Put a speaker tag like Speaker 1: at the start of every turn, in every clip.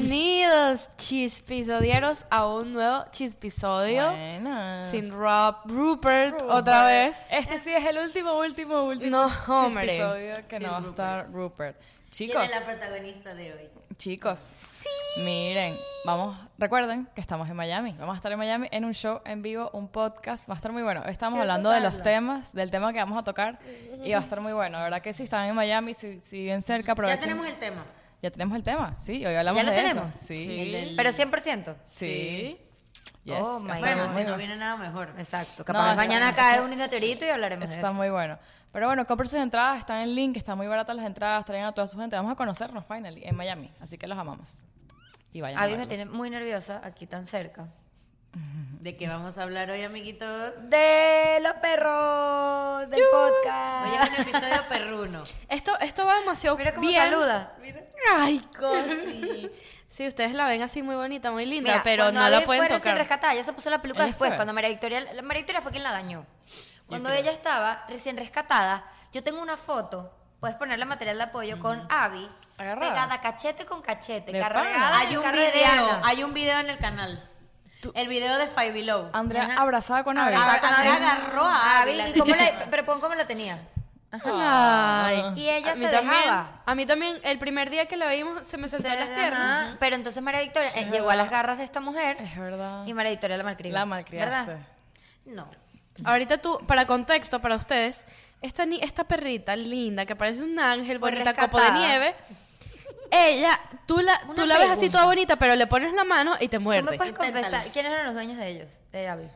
Speaker 1: Bienvenidos, chispisodieros, a un nuevo chispisodio.
Speaker 2: Buenas.
Speaker 1: Sin Rob Rupert,
Speaker 2: Rupert.
Speaker 1: otra vez.
Speaker 2: Este sí es el último, último, último
Speaker 1: No, hombre.
Speaker 2: episodio que
Speaker 3: Sin
Speaker 2: no va a
Speaker 3: Rupert.
Speaker 2: estar Rupert.
Speaker 3: ¿Quién
Speaker 2: Chicos,
Speaker 3: es la protagonista de hoy?
Speaker 2: chicos, miren, vamos, recuerden que estamos en Miami. Vamos a estar en Miami en un show en vivo, un podcast. Va a estar muy bueno. Hoy Estamos hablando de los temas, del tema que vamos a tocar y va a estar muy bueno. La verdad que si están en Miami, si, si viven cerca, aprovechen.
Speaker 3: Ya tenemos el tema.
Speaker 2: Ya tenemos el tema, sí. Hoy hablamos
Speaker 4: ¿Ya
Speaker 2: de
Speaker 4: lo tenemos?
Speaker 2: eso. Sí.
Speaker 1: Sí.
Speaker 4: Pero 100%.
Speaker 2: Sí. Yes,
Speaker 4: Oh my
Speaker 2: está
Speaker 4: God.
Speaker 2: muy
Speaker 3: Bueno, si no
Speaker 2: bueno.
Speaker 3: viene nada mejor.
Speaker 4: Exacto.
Speaker 2: No,
Speaker 4: Capaz
Speaker 2: está
Speaker 4: mañana
Speaker 2: bueno.
Speaker 4: cae un meteorito y hablaremos de
Speaker 2: Está
Speaker 4: eso.
Speaker 2: muy bueno. Pero bueno, compren sus entradas, están en link, están muy baratas las entradas, traigan a toda su gente. Vamos a conocernos, finally, en Miami. Así que los amamos. Y vayan.
Speaker 4: A
Speaker 2: a
Speaker 4: mí me
Speaker 2: verlo.
Speaker 4: tiene muy nerviosa aquí tan cerca.
Speaker 3: ¿De qué vamos a hablar hoy, amiguitos?
Speaker 4: De los perros del
Speaker 3: Hoy
Speaker 4: podcast.
Speaker 3: es un episodio perruno.
Speaker 1: Esto, esto va demasiado
Speaker 4: Mira cómo
Speaker 1: bien.
Speaker 4: saluda.
Speaker 1: Ay, cosi. Sí, ustedes la ven así muy bonita, muy linda,
Speaker 4: Mira,
Speaker 1: pero
Speaker 4: cuando
Speaker 1: no la
Speaker 4: Abel
Speaker 1: pueden
Speaker 4: fue recién
Speaker 1: tocar.
Speaker 4: rescatada, ella se puso la peluca
Speaker 2: Ella
Speaker 4: después,
Speaker 2: sabe.
Speaker 4: cuando María Victoria, la- María Victoria fue quien la dañó. Cuando ella estaba recién rescatada, yo tengo una foto, puedes ponerle material de apoyo con Abby,
Speaker 2: Agarrada.
Speaker 4: pegada cachete con cachete,
Speaker 2: De pana.
Speaker 4: cargada en
Speaker 3: Hay
Speaker 4: el
Speaker 3: un
Speaker 4: carro de
Speaker 3: video,
Speaker 4: Diana.
Speaker 3: hay un video en el canal. El video de Five Below.
Speaker 2: Andrea
Speaker 3: Ajá.
Speaker 2: abrazada con Abel.
Speaker 3: Abrazada.
Speaker 4: Saca
Speaker 3: Andrea
Speaker 4: Abby.
Speaker 3: agarró a Abby,
Speaker 4: Abby,
Speaker 3: la
Speaker 4: ¿y cómo
Speaker 3: tenía.
Speaker 4: la- pero pon cómo la tenías.
Speaker 1: Ay.
Speaker 4: Y ella
Speaker 1: Ah, A
Speaker 4: se
Speaker 1: mí también,
Speaker 4: dejaba.
Speaker 1: a mí también, el primer día que la vimos se me sentó en las
Speaker 4: Ajá.
Speaker 1: piernas.
Speaker 4: Pero entonces María Victoria eh, llegó a las garras de esta mujer
Speaker 2: Es verdad.
Speaker 4: y María Victoria la malcrió.
Speaker 2: La malcriaste.
Speaker 4: ¿Verdad?
Speaker 3: No.
Speaker 1: Ahorita tú, para contexto, para ustedes, esta, ni- esta perrita linda que parece un ángel,
Speaker 4: Fue
Speaker 1: bonita
Speaker 4: rescatada.
Speaker 1: copo de nieve, ella, tú la,
Speaker 4: Una
Speaker 1: tú la ves así
Speaker 4: pregunta.
Speaker 1: toda bonita, pero le pones la mano y te
Speaker 4: ¿Tú me
Speaker 1: muerde.
Speaker 4: puedes
Speaker 3: Inténtalo.
Speaker 4: confesar quiénes eran los dueños de ellos? De Abby.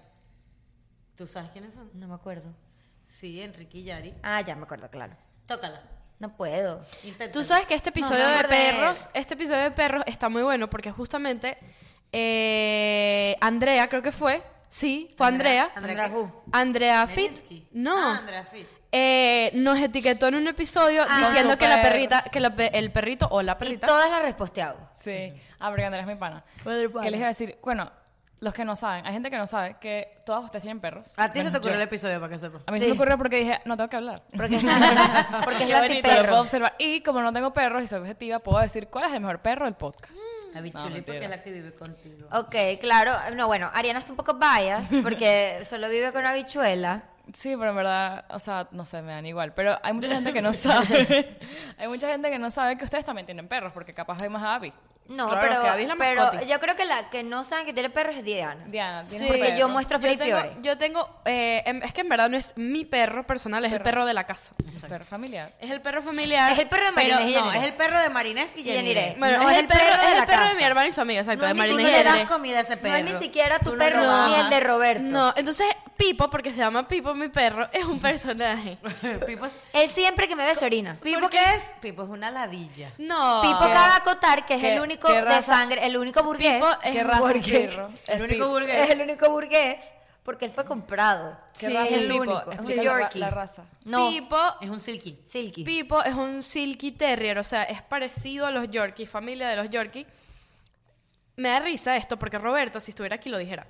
Speaker 3: ¿Tú sabes quiénes son?
Speaker 4: No me acuerdo.
Speaker 3: Sí, Enrique y Yari.
Speaker 4: Ah, ya me acuerdo, claro.
Speaker 3: Tócala.
Speaker 4: No puedo.
Speaker 3: Inténtalo.
Speaker 1: Tú sabes que este episodio
Speaker 4: No, no
Speaker 1: de
Speaker 4: morder.
Speaker 1: perros, este episodio de perros está muy bueno porque justamente eh, Andrea, creo que fue, sí, fue Andrea, Andrea,
Speaker 3: Andrea
Speaker 4: Andrea
Speaker 3: Who?
Speaker 4: Who.
Speaker 1: Fitz,
Speaker 3: Melinsky.
Speaker 1: no.
Speaker 3: Ah, Andrea Fit.
Speaker 1: eh, nos etiquetó en un episodio
Speaker 4: Ah.
Speaker 1: diciendo
Speaker 2: Con su
Speaker 1: que la
Speaker 2: perro.
Speaker 1: perrita, que la pe- el perrito o la
Speaker 4: Y
Speaker 1: perrita
Speaker 4: todas las resposteado.
Speaker 2: Sí. Ah, porque Andrea es mi pana.
Speaker 4: pana.
Speaker 2: ¿Qué les iba a decir? Bueno, los que no saben, hay gente que no sabe que todas ustedes tienen perros.
Speaker 3: A ti se te
Speaker 2: Menos
Speaker 3: ocurrió
Speaker 2: yo.
Speaker 3: el episodio para que sepas.
Speaker 2: A mí se
Speaker 4: Sí.
Speaker 2: me ocurrió porque dije, no tengo que hablar.
Speaker 4: Porque, porque es
Speaker 1: Qué
Speaker 4: la
Speaker 1: bonito.
Speaker 2: Pero puedo
Speaker 4: perro.
Speaker 2: observar. Y como no tengo perros y soy objetiva, puedo decir cuál es el mejor perro del podcast.
Speaker 3: A
Speaker 2: No,
Speaker 3: Bichuli,
Speaker 2: mentira.
Speaker 3: porque es la que vive contigo.
Speaker 4: Ok, claro. No, bueno, Ariana está un poco bias porque solo vive con habichuela.
Speaker 2: Sí, pero en verdad, o sea, no sé, me dan igual. Pero hay mucha gente que no sabe. hay mucha gente que no sabe que ustedes también tienen perros, porque capaz hay más Abby.
Speaker 4: No,
Speaker 1: Claro, que Abby es
Speaker 4: pero,
Speaker 1: la
Speaker 4: pero
Speaker 1: mascota.
Speaker 4: yo creo que la que no saben que tiene perro es Diana.
Speaker 2: Diana, ¿tienes
Speaker 1: Sí.
Speaker 2: perro?
Speaker 4: Porque yo muestro
Speaker 1: Yo
Speaker 4: frifiore.
Speaker 1: tengo, yo tengo eh, em- es que en verdad no es mi perro personal, es el perro de la casa.
Speaker 2: Un perro familiar.
Speaker 1: Es el perro familiar.
Speaker 4: Es el perro de
Speaker 1: pero
Speaker 4: Marinés y
Speaker 1: no,
Speaker 3: No, es el perro de Marinés y
Speaker 4: Y Jenny Rey.
Speaker 3: Jenny
Speaker 1: Bueno,
Speaker 4: No,
Speaker 1: es, el perro, es el perro de mi hermano y su amiga, exacto,
Speaker 4: No,
Speaker 1: de
Speaker 4: ni
Speaker 3: Tú
Speaker 1: Marinés
Speaker 3: no
Speaker 1: y
Speaker 3: le
Speaker 1: de
Speaker 3: das
Speaker 1: Andrés.
Speaker 3: comida a ese
Speaker 4: No
Speaker 3: perro.
Speaker 4: es ni siquiera tu
Speaker 3: Tú no
Speaker 4: perro
Speaker 3: lo
Speaker 4: ni
Speaker 3: amas.
Speaker 4: el de Roberto.
Speaker 1: No, entonces Pipo, porque se llama Pipo mi perro, es un personaje.
Speaker 3: Pipo es...
Speaker 4: Él siempre que me ve se orina.
Speaker 3: ¿Pipo qué es? Pipo es una ladilla.
Speaker 1: No.
Speaker 4: Pipo
Speaker 2: ¿Qué-
Speaker 4: cabe acotar que es
Speaker 2: qué-
Speaker 4: el único
Speaker 2: qué
Speaker 4: de
Speaker 2: raza?
Speaker 4: sangre, el único burgués.
Speaker 1: Pipo es
Speaker 2: ¿Qué
Speaker 1: un
Speaker 2: raza es
Speaker 1: burger.
Speaker 2: perro?
Speaker 3: El único
Speaker 2: Pipo.
Speaker 3: burgués.
Speaker 4: Es el único burgués porque él fue comprado.
Speaker 2: ¿Qué
Speaker 1: Sí,
Speaker 2: raza
Speaker 4: es
Speaker 2: es
Speaker 4: el
Speaker 2: Pipo?
Speaker 4: único. Es un
Speaker 2: Explica la ra-
Speaker 4: Yorkie.
Speaker 2: La, raza.
Speaker 4: No,
Speaker 1: Pipo,
Speaker 3: Es un silky.
Speaker 4: Silky.
Speaker 1: Pipo es un silky terrier, o sea, es parecido a los Yorkie, familia de los Yorkie. Me da risa esto porque Roberto, si estuviera aquí, lo dijera.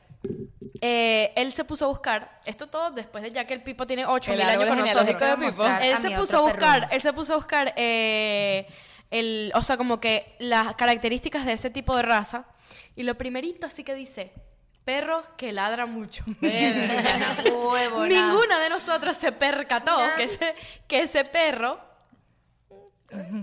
Speaker 1: Eh, él se puso a buscar, esto todo después de ya que el Pipo tiene 8000
Speaker 2: El árbol
Speaker 1: años con
Speaker 2: genealógico
Speaker 1: nosotros.
Speaker 2: de Pipo.
Speaker 4: Mostrar.
Speaker 1: Él
Speaker 4: a
Speaker 1: se
Speaker 4: mi
Speaker 1: puso
Speaker 4: otro
Speaker 1: a buscar,
Speaker 4: perruno.
Speaker 1: él se puso a buscar eh, el, o sea, como que las características de ese tipo de raza. Y lo primerito así que dice, perro que ladra mucho.
Speaker 3: Huevo.
Speaker 1: Ninguno de nosotros se percató
Speaker 4: Nah.
Speaker 1: que ese, que ese perro
Speaker 4: Ay, no, no,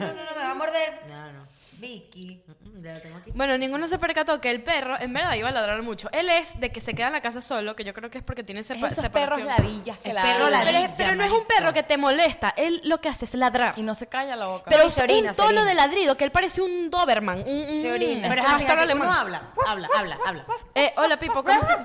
Speaker 4: no, me va a morder.
Speaker 3: No, no.
Speaker 4: Vicky.
Speaker 3: Mm, Ya lo tengo aquí.
Speaker 1: Bueno, ninguno se percató que el perro en verdad iba a ladrar mucho. Él es de que se queda en la casa solo, que yo creo que es porque tiene sepa-
Speaker 2: Es esos
Speaker 1: separación.
Speaker 2: perros ladillas que
Speaker 3: Es
Speaker 2: la
Speaker 3: perro
Speaker 1: pero, es-
Speaker 3: ladilla,
Speaker 1: pero no es un
Speaker 3: marico.
Speaker 1: perro que te molesta. Él lo que hace es ladrar.
Speaker 2: Y no se calla la boca.
Speaker 1: Pero
Speaker 4: Y
Speaker 1: es
Speaker 4: se orina,
Speaker 1: un
Speaker 4: se
Speaker 1: tono
Speaker 4: orina.
Speaker 1: de ladrido que él parece un Doberman. Un, un-
Speaker 4: Se orina.
Speaker 3: Pero
Speaker 1: un
Speaker 3: es
Speaker 1: pastor
Speaker 3: así, así que
Speaker 1: alemán.
Speaker 3: uno habla. Habla, habla, habla.
Speaker 1: Eh, hola, Pipo. ¿cómo estás?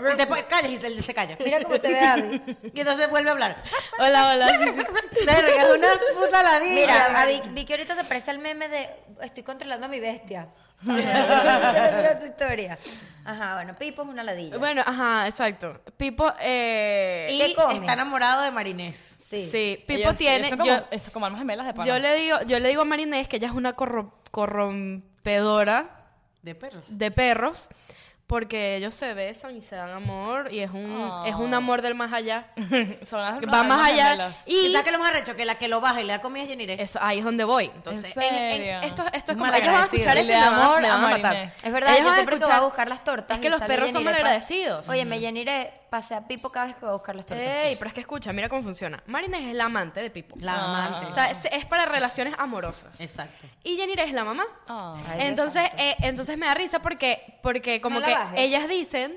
Speaker 3: Y te pones- callas y se, se calla.
Speaker 4: Mira cómo te ve Abby.
Speaker 3: Y entonces vuelve a hablar.
Speaker 1: hola, hola. sí, sí.
Speaker 3: Verga, es una puta ladilla.
Speaker 4: Mira, a Vic- Vicky ahorita se parece al meme de estoy controlando a mi bestia. Esa es tu historia. Ajá, bueno, Pipo es una ladilla.
Speaker 1: Bueno, ajá, exacto. Pipo, eh,
Speaker 3: Y
Speaker 4: ¿qué come?
Speaker 3: está enamorado de Marinés.
Speaker 4: sí.
Speaker 1: sí, Pipo
Speaker 2: Ellos-
Speaker 1: tiene...
Speaker 2: ellos son como, eh,
Speaker 1: yo-
Speaker 2: ellos son como almas gemelas de pana.
Speaker 1: yo, le digo, yo le digo a Marinés que ella es una corro- corrompedora.
Speaker 3: De perros.
Speaker 1: de perros porque ellos se besan y se dan amor y es un,
Speaker 2: Oh.
Speaker 1: es un amor del más allá.
Speaker 2: Son las-
Speaker 1: Va
Speaker 2: las
Speaker 1: más allá.
Speaker 2: gemelas.
Speaker 1: Y
Speaker 3: ¿Sabes qué es lo más arrecho? Que la que lo baja y le da comida es Jenny
Speaker 1: eso, ahí es donde voy. Entonces,
Speaker 2: ¿En
Speaker 1: en- en-
Speaker 2: serio?
Speaker 1: esto, esto es como.
Speaker 4: Mal
Speaker 1: Ellos van a escuchar
Speaker 2: agradecido.
Speaker 1: esto y
Speaker 2: Le
Speaker 1: me van, a-
Speaker 2: amor
Speaker 1: me
Speaker 2: a
Speaker 1: van a
Speaker 2: Marinés.
Speaker 1: matar.
Speaker 4: Es verdad,
Speaker 1: Ellos
Speaker 4: yo
Speaker 1: van a
Speaker 4: siempre que
Speaker 1: escuchar-
Speaker 4: voy a buscar las tortas.
Speaker 1: Es que
Speaker 4: y
Speaker 1: los
Speaker 4: sale
Speaker 1: perros son
Speaker 4: Yaniré,
Speaker 1: malagradecidos. Mm,
Speaker 4: Oye, me lleniré, pase a Pipo cada vez que voy a buscar las tortas.
Speaker 1: Ey, pero es que escucha, mira cómo funciona. Marina es la amante de Pipo.
Speaker 3: La
Speaker 2: Ah.
Speaker 3: amante.
Speaker 1: O sea, es, es para relaciones amorosas.
Speaker 3: Exacto.
Speaker 1: Y Jenny es la mamá.
Speaker 2: Ah.
Speaker 4: Ay, Dios
Speaker 1: entonces,
Speaker 4: santo.
Speaker 1: eh, entonces me da risa porque, porque como
Speaker 4: No la
Speaker 1: que
Speaker 4: bajes.
Speaker 1: ellas dicen,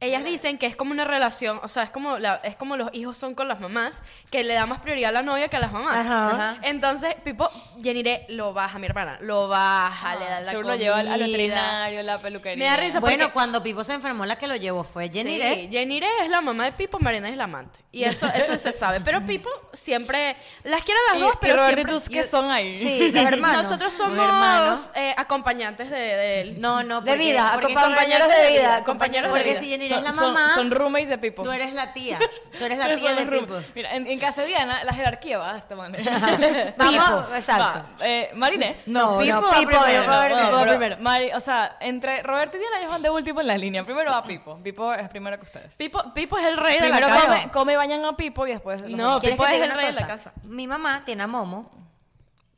Speaker 1: ellas dicen que es como una relación, o sea, es como, la, es como los hijos son con las mamás, que le da más prioridad a la novia que a las mamás.
Speaker 3: Ajá.
Speaker 1: Ajá. Entonces, Pipo, Jenny lo baja, mi hermana, lo baja, Ah, le
Speaker 4: Ah,
Speaker 1: da la
Speaker 2: Seguro
Speaker 1: comida.
Speaker 2: lo lleva al- al veterinario, la peluquería.
Speaker 1: Me da risa
Speaker 3: Bueno,
Speaker 1: porque-
Speaker 3: cuando Pipo se enfermó, la que lo llevó fue Jenny
Speaker 1: Sí,
Speaker 3: Rey.
Speaker 1: Jeniré es la mamá de Pipo, Marina es la amante. Y eso, eso se sabe. Pero Pipo siempre. Las quiero a las
Speaker 2: Y-
Speaker 1: dos,
Speaker 2: y
Speaker 1: pero.
Speaker 2: Roberto y
Speaker 1: siempre,
Speaker 2: tus que son ahí.
Speaker 4: eh, Sí, los hermanos.
Speaker 1: Nosotros
Speaker 4: Los hermanos.
Speaker 1: somos eh, acompañantes de, de él.
Speaker 3: No, no,
Speaker 4: De vida,
Speaker 3: porque
Speaker 1: son compañeros
Speaker 4: compañeros de
Speaker 1: de
Speaker 4: vida,
Speaker 1: vida,
Speaker 4: compañeros de
Speaker 1: porque
Speaker 4: vida.
Speaker 3: si Jenny Rey
Speaker 2: Son,
Speaker 3: es la
Speaker 2: son-
Speaker 3: mamá,
Speaker 2: son roommates de Pipo.
Speaker 3: tú eres la tía. Tú eres la
Speaker 2: Son
Speaker 3: tía de
Speaker 2: los room-
Speaker 3: Pipo.
Speaker 2: Mira, en, en casa de Diana, la jerarquía va de esta manera.
Speaker 4: Vamos, exacto.
Speaker 2: Va, eh, Marinés.
Speaker 4: No,
Speaker 3: Pipo
Speaker 4: no,
Speaker 3: va
Speaker 4: Pipo,
Speaker 3: primero.
Speaker 4: Pipo va
Speaker 2: Bueno,
Speaker 4: primero.
Speaker 2: pero Mari- o sea, entre Roberto y Diana ellos van de último en la línea. Primero va Pipo. Pipo es primero que ustedes.
Speaker 1: Pipo, Pipo es el rey de la
Speaker 2: Primero
Speaker 1: casa.
Speaker 2: come, come y bañan a Pipo y después... los
Speaker 1: No,
Speaker 2: demás.
Speaker 4: ¿Quieres
Speaker 1: Pipo
Speaker 4: que te
Speaker 1: es
Speaker 4: diga
Speaker 1: el
Speaker 4: una
Speaker 1: rey de la
Speaker 4: cosa?
Speaker 1: casa.
Speaker 4: Mi mamá tiene a Momo,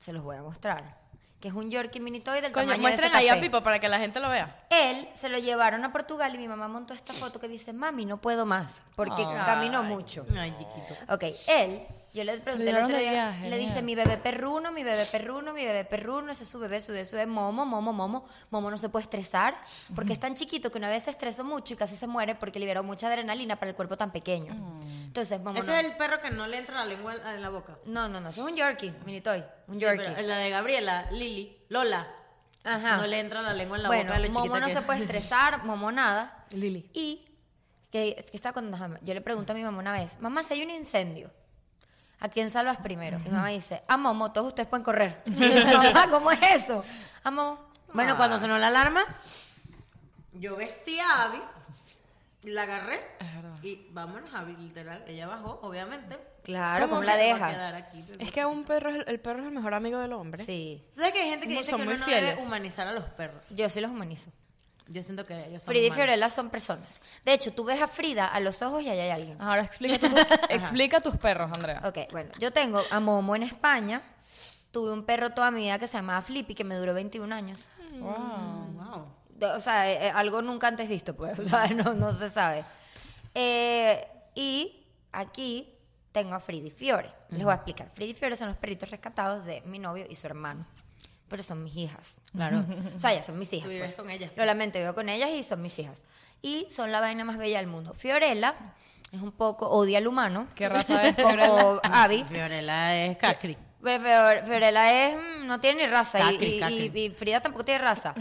Speaker 4: se los voy a mostrar, que es un Yorkie mini toy del
Speaker 1: Coño,
Speaker 4: tamaño de este ese
Speaker 1: muestren ahí a
Speaker 4: café.
Speaker 1: Pipo para que la gente lo vea.
Speaker 4: Él se lo llevaron a Portugal y mi mamá montó esta foto que dice, mami, no puedo más, porque
Speaker 2: Ay.
Speaker 4: caminó mucho.
Speaker 3: Ay, chiquito.
Speaker 4: Ok, él, yo le pregunté el
Speaker 2: llevaron
Speaker 4: otro
Speaker 2: de
Speaker 4: día,
Speaker 2: viaje,
Speaker 4: le
Speaker 2: mierda.
Speaker 4: dice mi bebé perruno, mi bebé perruno, mi bebé perruno, ese es su bebé, su bebé, su bebé, momo, momo, momo, momo no se puede estresar, porque es tan chiquito que una vez se estresó mucho y casi se muere porque liberó mucha adrenalina para el cuerpo tan pequeño.
Speaker 2: Mm.
Speaker 4: Entonces, momo... no.
Speaker 3: Ese es el perro que no le entra la lengua en la boca.
Speaker 4: No, no, no, ese es un Yorkie, mini toy, un
Speaker 3: Sí,
Speaker 4: Yorkie.
Speaker 3: pero la de Gabriela, Lili, Lola.
Speaker 4: Ajá.
Speaker 3: No le entra la lengua en la
Speaker 4: bueno,
Speaker 3: boca de lo
Speaker 4: Momo
Speaker 3: chiquita
Speaker 4: no
Speaker 3: que
Speaker 4: se
Speaker 3: es.
Speaker 4: puede estresar, Momo nada.
Speaker 3: Lili.
Speaker 4: Y que, que está cuando ajá, yo le pregunto a mi mamá una vez, mamá, si hay un incendio, ¿a quién salvas primero? Y mi mamá dice, a Momo, todos ustedes pueden correr. mamá, ¿cómo es eso? A Momo.
Speaker 3: Bueno, cuando sonó la alarma, yo vestí a Abby, la agarré y vámonos, Abby, literal. Ella bajó, obviamente.
Speaker 4: Claro, ¿cómo,
Speaker 3: que
Speaker 4: la
Speaker 3: se va a
Speaker 4: dejas?
Speaker 3: quedar aquí?
Speaker 1: Es que un perro, es el- el perro es el mejor amigo del hombre.
Speaker 4: Sí,
Speaker 3: ¿Tú ¿Sabes que hay gente que
Speaker 1: Mo-
Speaker 3: dice
Speaker 1: son
Speaker 3: que uno
Speaker 1: muy
Speaker 3: no
Speaker 1: fieles.
Speaker 3: debe humanizar a los perros?
Speaker 4: yo sí los humanizo.
Speaker 3: Yo siento que ellos son
Speaker 4: Frida y
Speaker 3: humanos.
Speaker 4: Fiorella son personas. De hecho, tú ves a Frida a los ojos y allá hay alguien.
Speaker 3: Ah.
Speaker 2: Ahora explica, tu- explica tus perros, Andrea.
Speaker 4: Ok, bueno, yo tengo a Momo en España. Tuve un perro toda mi vida que se llamaba Flippy, que me duró 21 años.
Speaker 2: Wow.
Speaker 3: Wow.
Speaker 4: De- O sea, eh, eh, algo nunca antes visto, pues, o sea, no, no se sabe. Eh, y aquí tengo a Fridi Fiore. Les voy a explicar. Fridi Fiore son los perritos rescatados de mi novio y su hermano. Pero son mis hijas. Claro. O sea, ellas son mis hijas.
Speaker 3: Tú vives
Speaker 4: pues.
Speaker 3: con ellas,
Speaker 4: Lo lamento, vivo con ellas y son mis hijas. Y son la vaina más bella del mundo. Fiorella es un poco, odia al humano.
Speaker 2: ¿Qué raza es
Speaker 4: O
Speaker 2: Fiorella?
Speaker 4: o Abby.
Speaker 3: Fiorella es cacri.
Speaker 4: Pero Fior- Fiorella es, mm, no tiene ni raza. y-
Speaker 3: Cacri,
Speaker 4: y,
Speaker 3: cacri.
Speaker 4: y- y Frida tampoco tiene raza.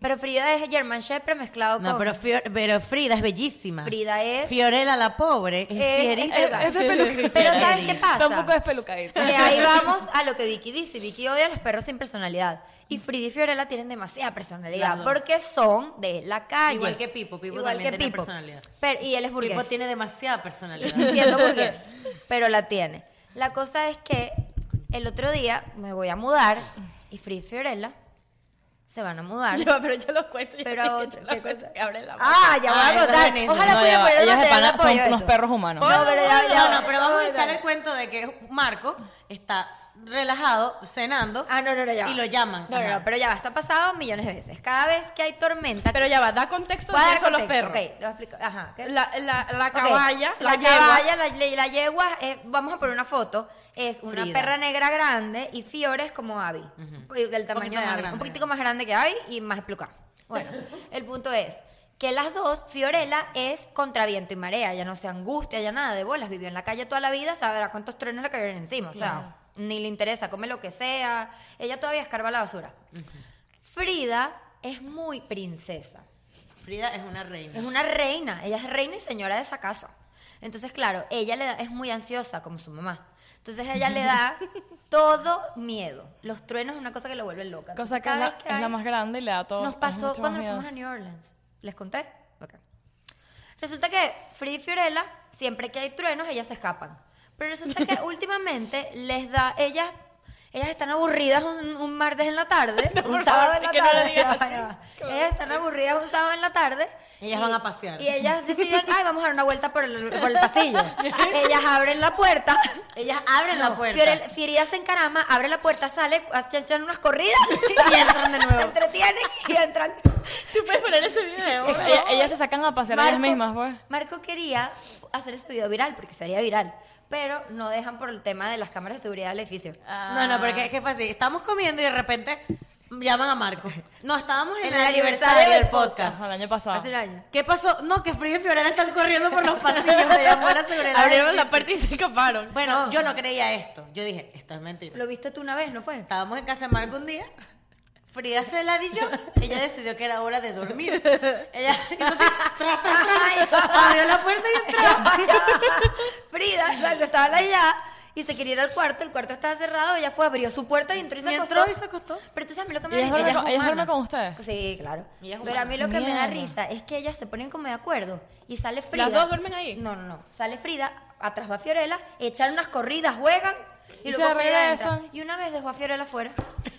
Speaker 4: Pero Frida es German Shepherd mezclado
Speaker 3: No,
Speaker 4: con...
Speaker 3: pero, Fior- pero Frida es bellísima.
Speaker 4: Frida es-
Speaker 3: Fiorella la pobre. Es,
Speaker 4: es-
Speaker 3: fierita.
Speaker 4: es peluca.
Speaker 2: Es de peluquería.
Speaker 4: Pero ¿sabes qué pasa?
Speaker 2: Tampoco es pelucadita.
Speaker 4: Que ahí vamos a lo que Vicky dice. Vicky odia a los perros sin personalidad. Y Frida y Fiorella tienen demasiada personalidad
Speaker 3: Las dos.
Speaker 4: porque son de la calle.
Speaker 3: Igual que Pipo, Pipo también tiene personalidad.
Speaker 4: Pero, y él es burgués.
Speaker 3: Pipo tiene demasiada personalidad.
Speaker 4: siendo burgués, pero la tiene. La cosa es que el otro día me voy a mudar y Frida y Fiorella se van a mudar.
Speaker 1: Ya va, pero yo lo cuento. yo
Speaker 4: Pero
Speaker 1: dije
Speaker 4: a
Speaker 1: que
Speaker 4: otro-
Speaker 1: yo lo
Speaker 4: ¿qué
Speaker 1: cuento,
Speaker 4: cosa?
Speaker 1: que abre la boca.
Speaker 4: Ah, ya
Speaker 3: Ah, eso
Speaker 4: voy a
Speaker 3: es
Speaker 4: contar.
Speaker 3: buenísimo.
Speaker 4: Ojalá
Speaker 2: No,
Speaker 4: pudiera
Speaker 2: ya va.
Speaker 4: poner
Speaker 2: Ellos de
Speaker 4: material de
Speaker 2: pana son
Speaker 4: apoyo a
Speaker 2: unos
Speaker 4: eso.
Speaker 2: perros humanos.
Speaker 4: No, pero ya, ya
Speaker 3: No,
Speaker 4: va.
Speaker 3: no, pero vamos a echar
Speaker 4: Dale.
Speaker 3: el cuento de que Marco está relajado, cenando.
Speaker 4: Ah, no, no, no, ya. va.
Speaker 3: Y lo llaman.
Speaker 4: No, no,
Speaker 3: Ajá.
Speaker 4: no, pero ya va, está pasado millones de veces. Cada vez que hay tormenta.
Speaker 1: Pero ya va, da contexto
Speaker 4: Voy a
Speaker 1: de
Speaker 4: dar
Speaker 1: eso a los
Speaker 4: contexto,
Speaker 1: perros.
Speaker 4: Ok, lo explico. Ajá. ¿qué?
Speaker 1: La, la, la
Speaker 4: Ok,
Speaker 1: caballa,
Speaker 4: la,
Speaker 1: yegua,
Speaker 4: caballa, la, la- la yegua, eh, vamos a poner una foto, es una
Speaker 3: Frida.
Speaker 4: perra negra grande y Fiore es como Abby,
Speaker 3: poquito
Speaker 4: el tamaño de
Speaker 3: más
Speaker 4: Abby, un
Speaker 3: grande.
Speaker 4: poquitico más grande que Abby y más peluca. Bueno, el punto es que las dos, Fiorella es contra viento y marea, ya no se angustia, ya nada de bolas, vivió en la calle toda la vida, sabrá cuántos truenos le cayeron encima, o sea, ni le interesa, come lo que sea, ella todavía escarba la basura. Frida es muy princesa.
Speaker 3: Frida es una reina.
Speaker 4: Es una reina, ella es reina y señora de esa casa. Entonces, claro, ella le da- es muy ansiosa como su mamá. Entonces ella le da todo miedo. Los truenos es una cosa que la vuelve loca.
Speaker 2: Cosa que es
Speaker 4: Cada
Speaker 2: la,
Speaker 4: vez
Speaker 2: es la
Speaker 4: hay-
Speaker 2: más grande y le da todo.
Speaker 4: Nos
Speaker 2: es
Speaker 4: pasó
Speaker 2: mucho
Speaker 4: cuando
Speaker 2: más
Speaker 4: nos fuimos a
Speaker 2: miedo.
Speaker 4: New Orleans. ¿Les conté? Ok. Resulta que Frida y Fiorella, siempre que hay truenos, ellas se escapan. Pero resulta que últimamente les da, ellas, Ellas están aburridas un, un martes en la tarde, un
Speaker 1: por
Speaker 4: sábado
Speaker 1: favor,
Speaker 4: en la
Speaker 1: que no lo
Speaker 4: tarde.
Speaker 1: digas
Speaker 4: ya va, ya va. Ellas están aburridas un sábado en la tarde.
Speaker 3: Ellas van a pasear.
Speaker 4: Y ellas deciden, ay, vamos a dar una vuelta por el, por el pasillo. ellas abren la puerta.
Speaker 3: Ellas abren la puerta.
Speaker 4: Fiorel- Fierida se encarama, abre la puerta, sale, hace- echan unas corridas
Speaker 3: Y entran de nuevo.
Speaker 4: Se entretienen y entran.
Speaker 1: Tú puedes poner ese video.
Speaker 2: Es que ellas, ellas se sacan a pasear ellas
Speaker 4: Marco-
Speaker 2: mismas, pues.
Speaker 4: Marco quería hacer ese video viral porque sería viral, pero no dejan por el tema de las cámaras de seguridad del edificio.
Speaker 3: No, no,
Speaker 4: Ah.
Speaker 3: porque es que fue así. Estamos comiendo y de repente llaman a Marco. No, estábamos en, el, aniversario, del podcast.
Speaker 2: Ajá, el año pasado.
Speaker 4: Hace un año.
Speaker 3: ¿Qué pasó? No, que Frida y Fiorella están corriendo por los pasillos. Me llamó la seguridad.
Speaker 1: Abrieron la puerta y se escaparon.
Speaker 3: Bueno, yo no creía esto. Yo dije, esto es mentira.
Speaker 4: Lo viste tú una vez, ¿no fue?
Speaker 3: Estábamos en casa de Marco un día. Frida se la dijo. Ella decidió que era hora de dormir. Ella hizo así, tras, tras, tras, abrió la puerta y entró.
Speaker 4: Frida, exacto, estaba la ya y se quería ir al cuarto, el cuarto estaba cerrado, ella fue, abrió su puerta y entró y se
Speaker 3: Y
Speaker 4: acostó.
Speaker 3: entró y se acostó.
Speaker 4: Pero tú sabes a mí lo que me
Speaker 2: ¿Y ellas
Speaker 4: da
Speaker 2: duermen
Speaker 4: risa.
Speaker 2: con- ellas duermen con
Speaker 4: Ellas-
Speaker 2: ustedes?
Speaker 4: Sí, claro.
Speaker 3: Ella es humana.
Speaker 4: Pero a mí lo que me da
Speaker 2: Mierda.
Speaker 4: risa es que ellas se ponen como de acuerdo y sale Frida.
Speaker 1: dos duermen ahí?
Speaker 4: No, no, no. Sale Frida, atrás va Fiorella, echan unas corridas, juegan y,
Speaker 2: Y
Speaker 4: luego
Speaker 2: se
Speaker 4: Frida entra.
Speaker 2: regresan.
Speaker 4: Y una vez dejó a Fiorella afuera.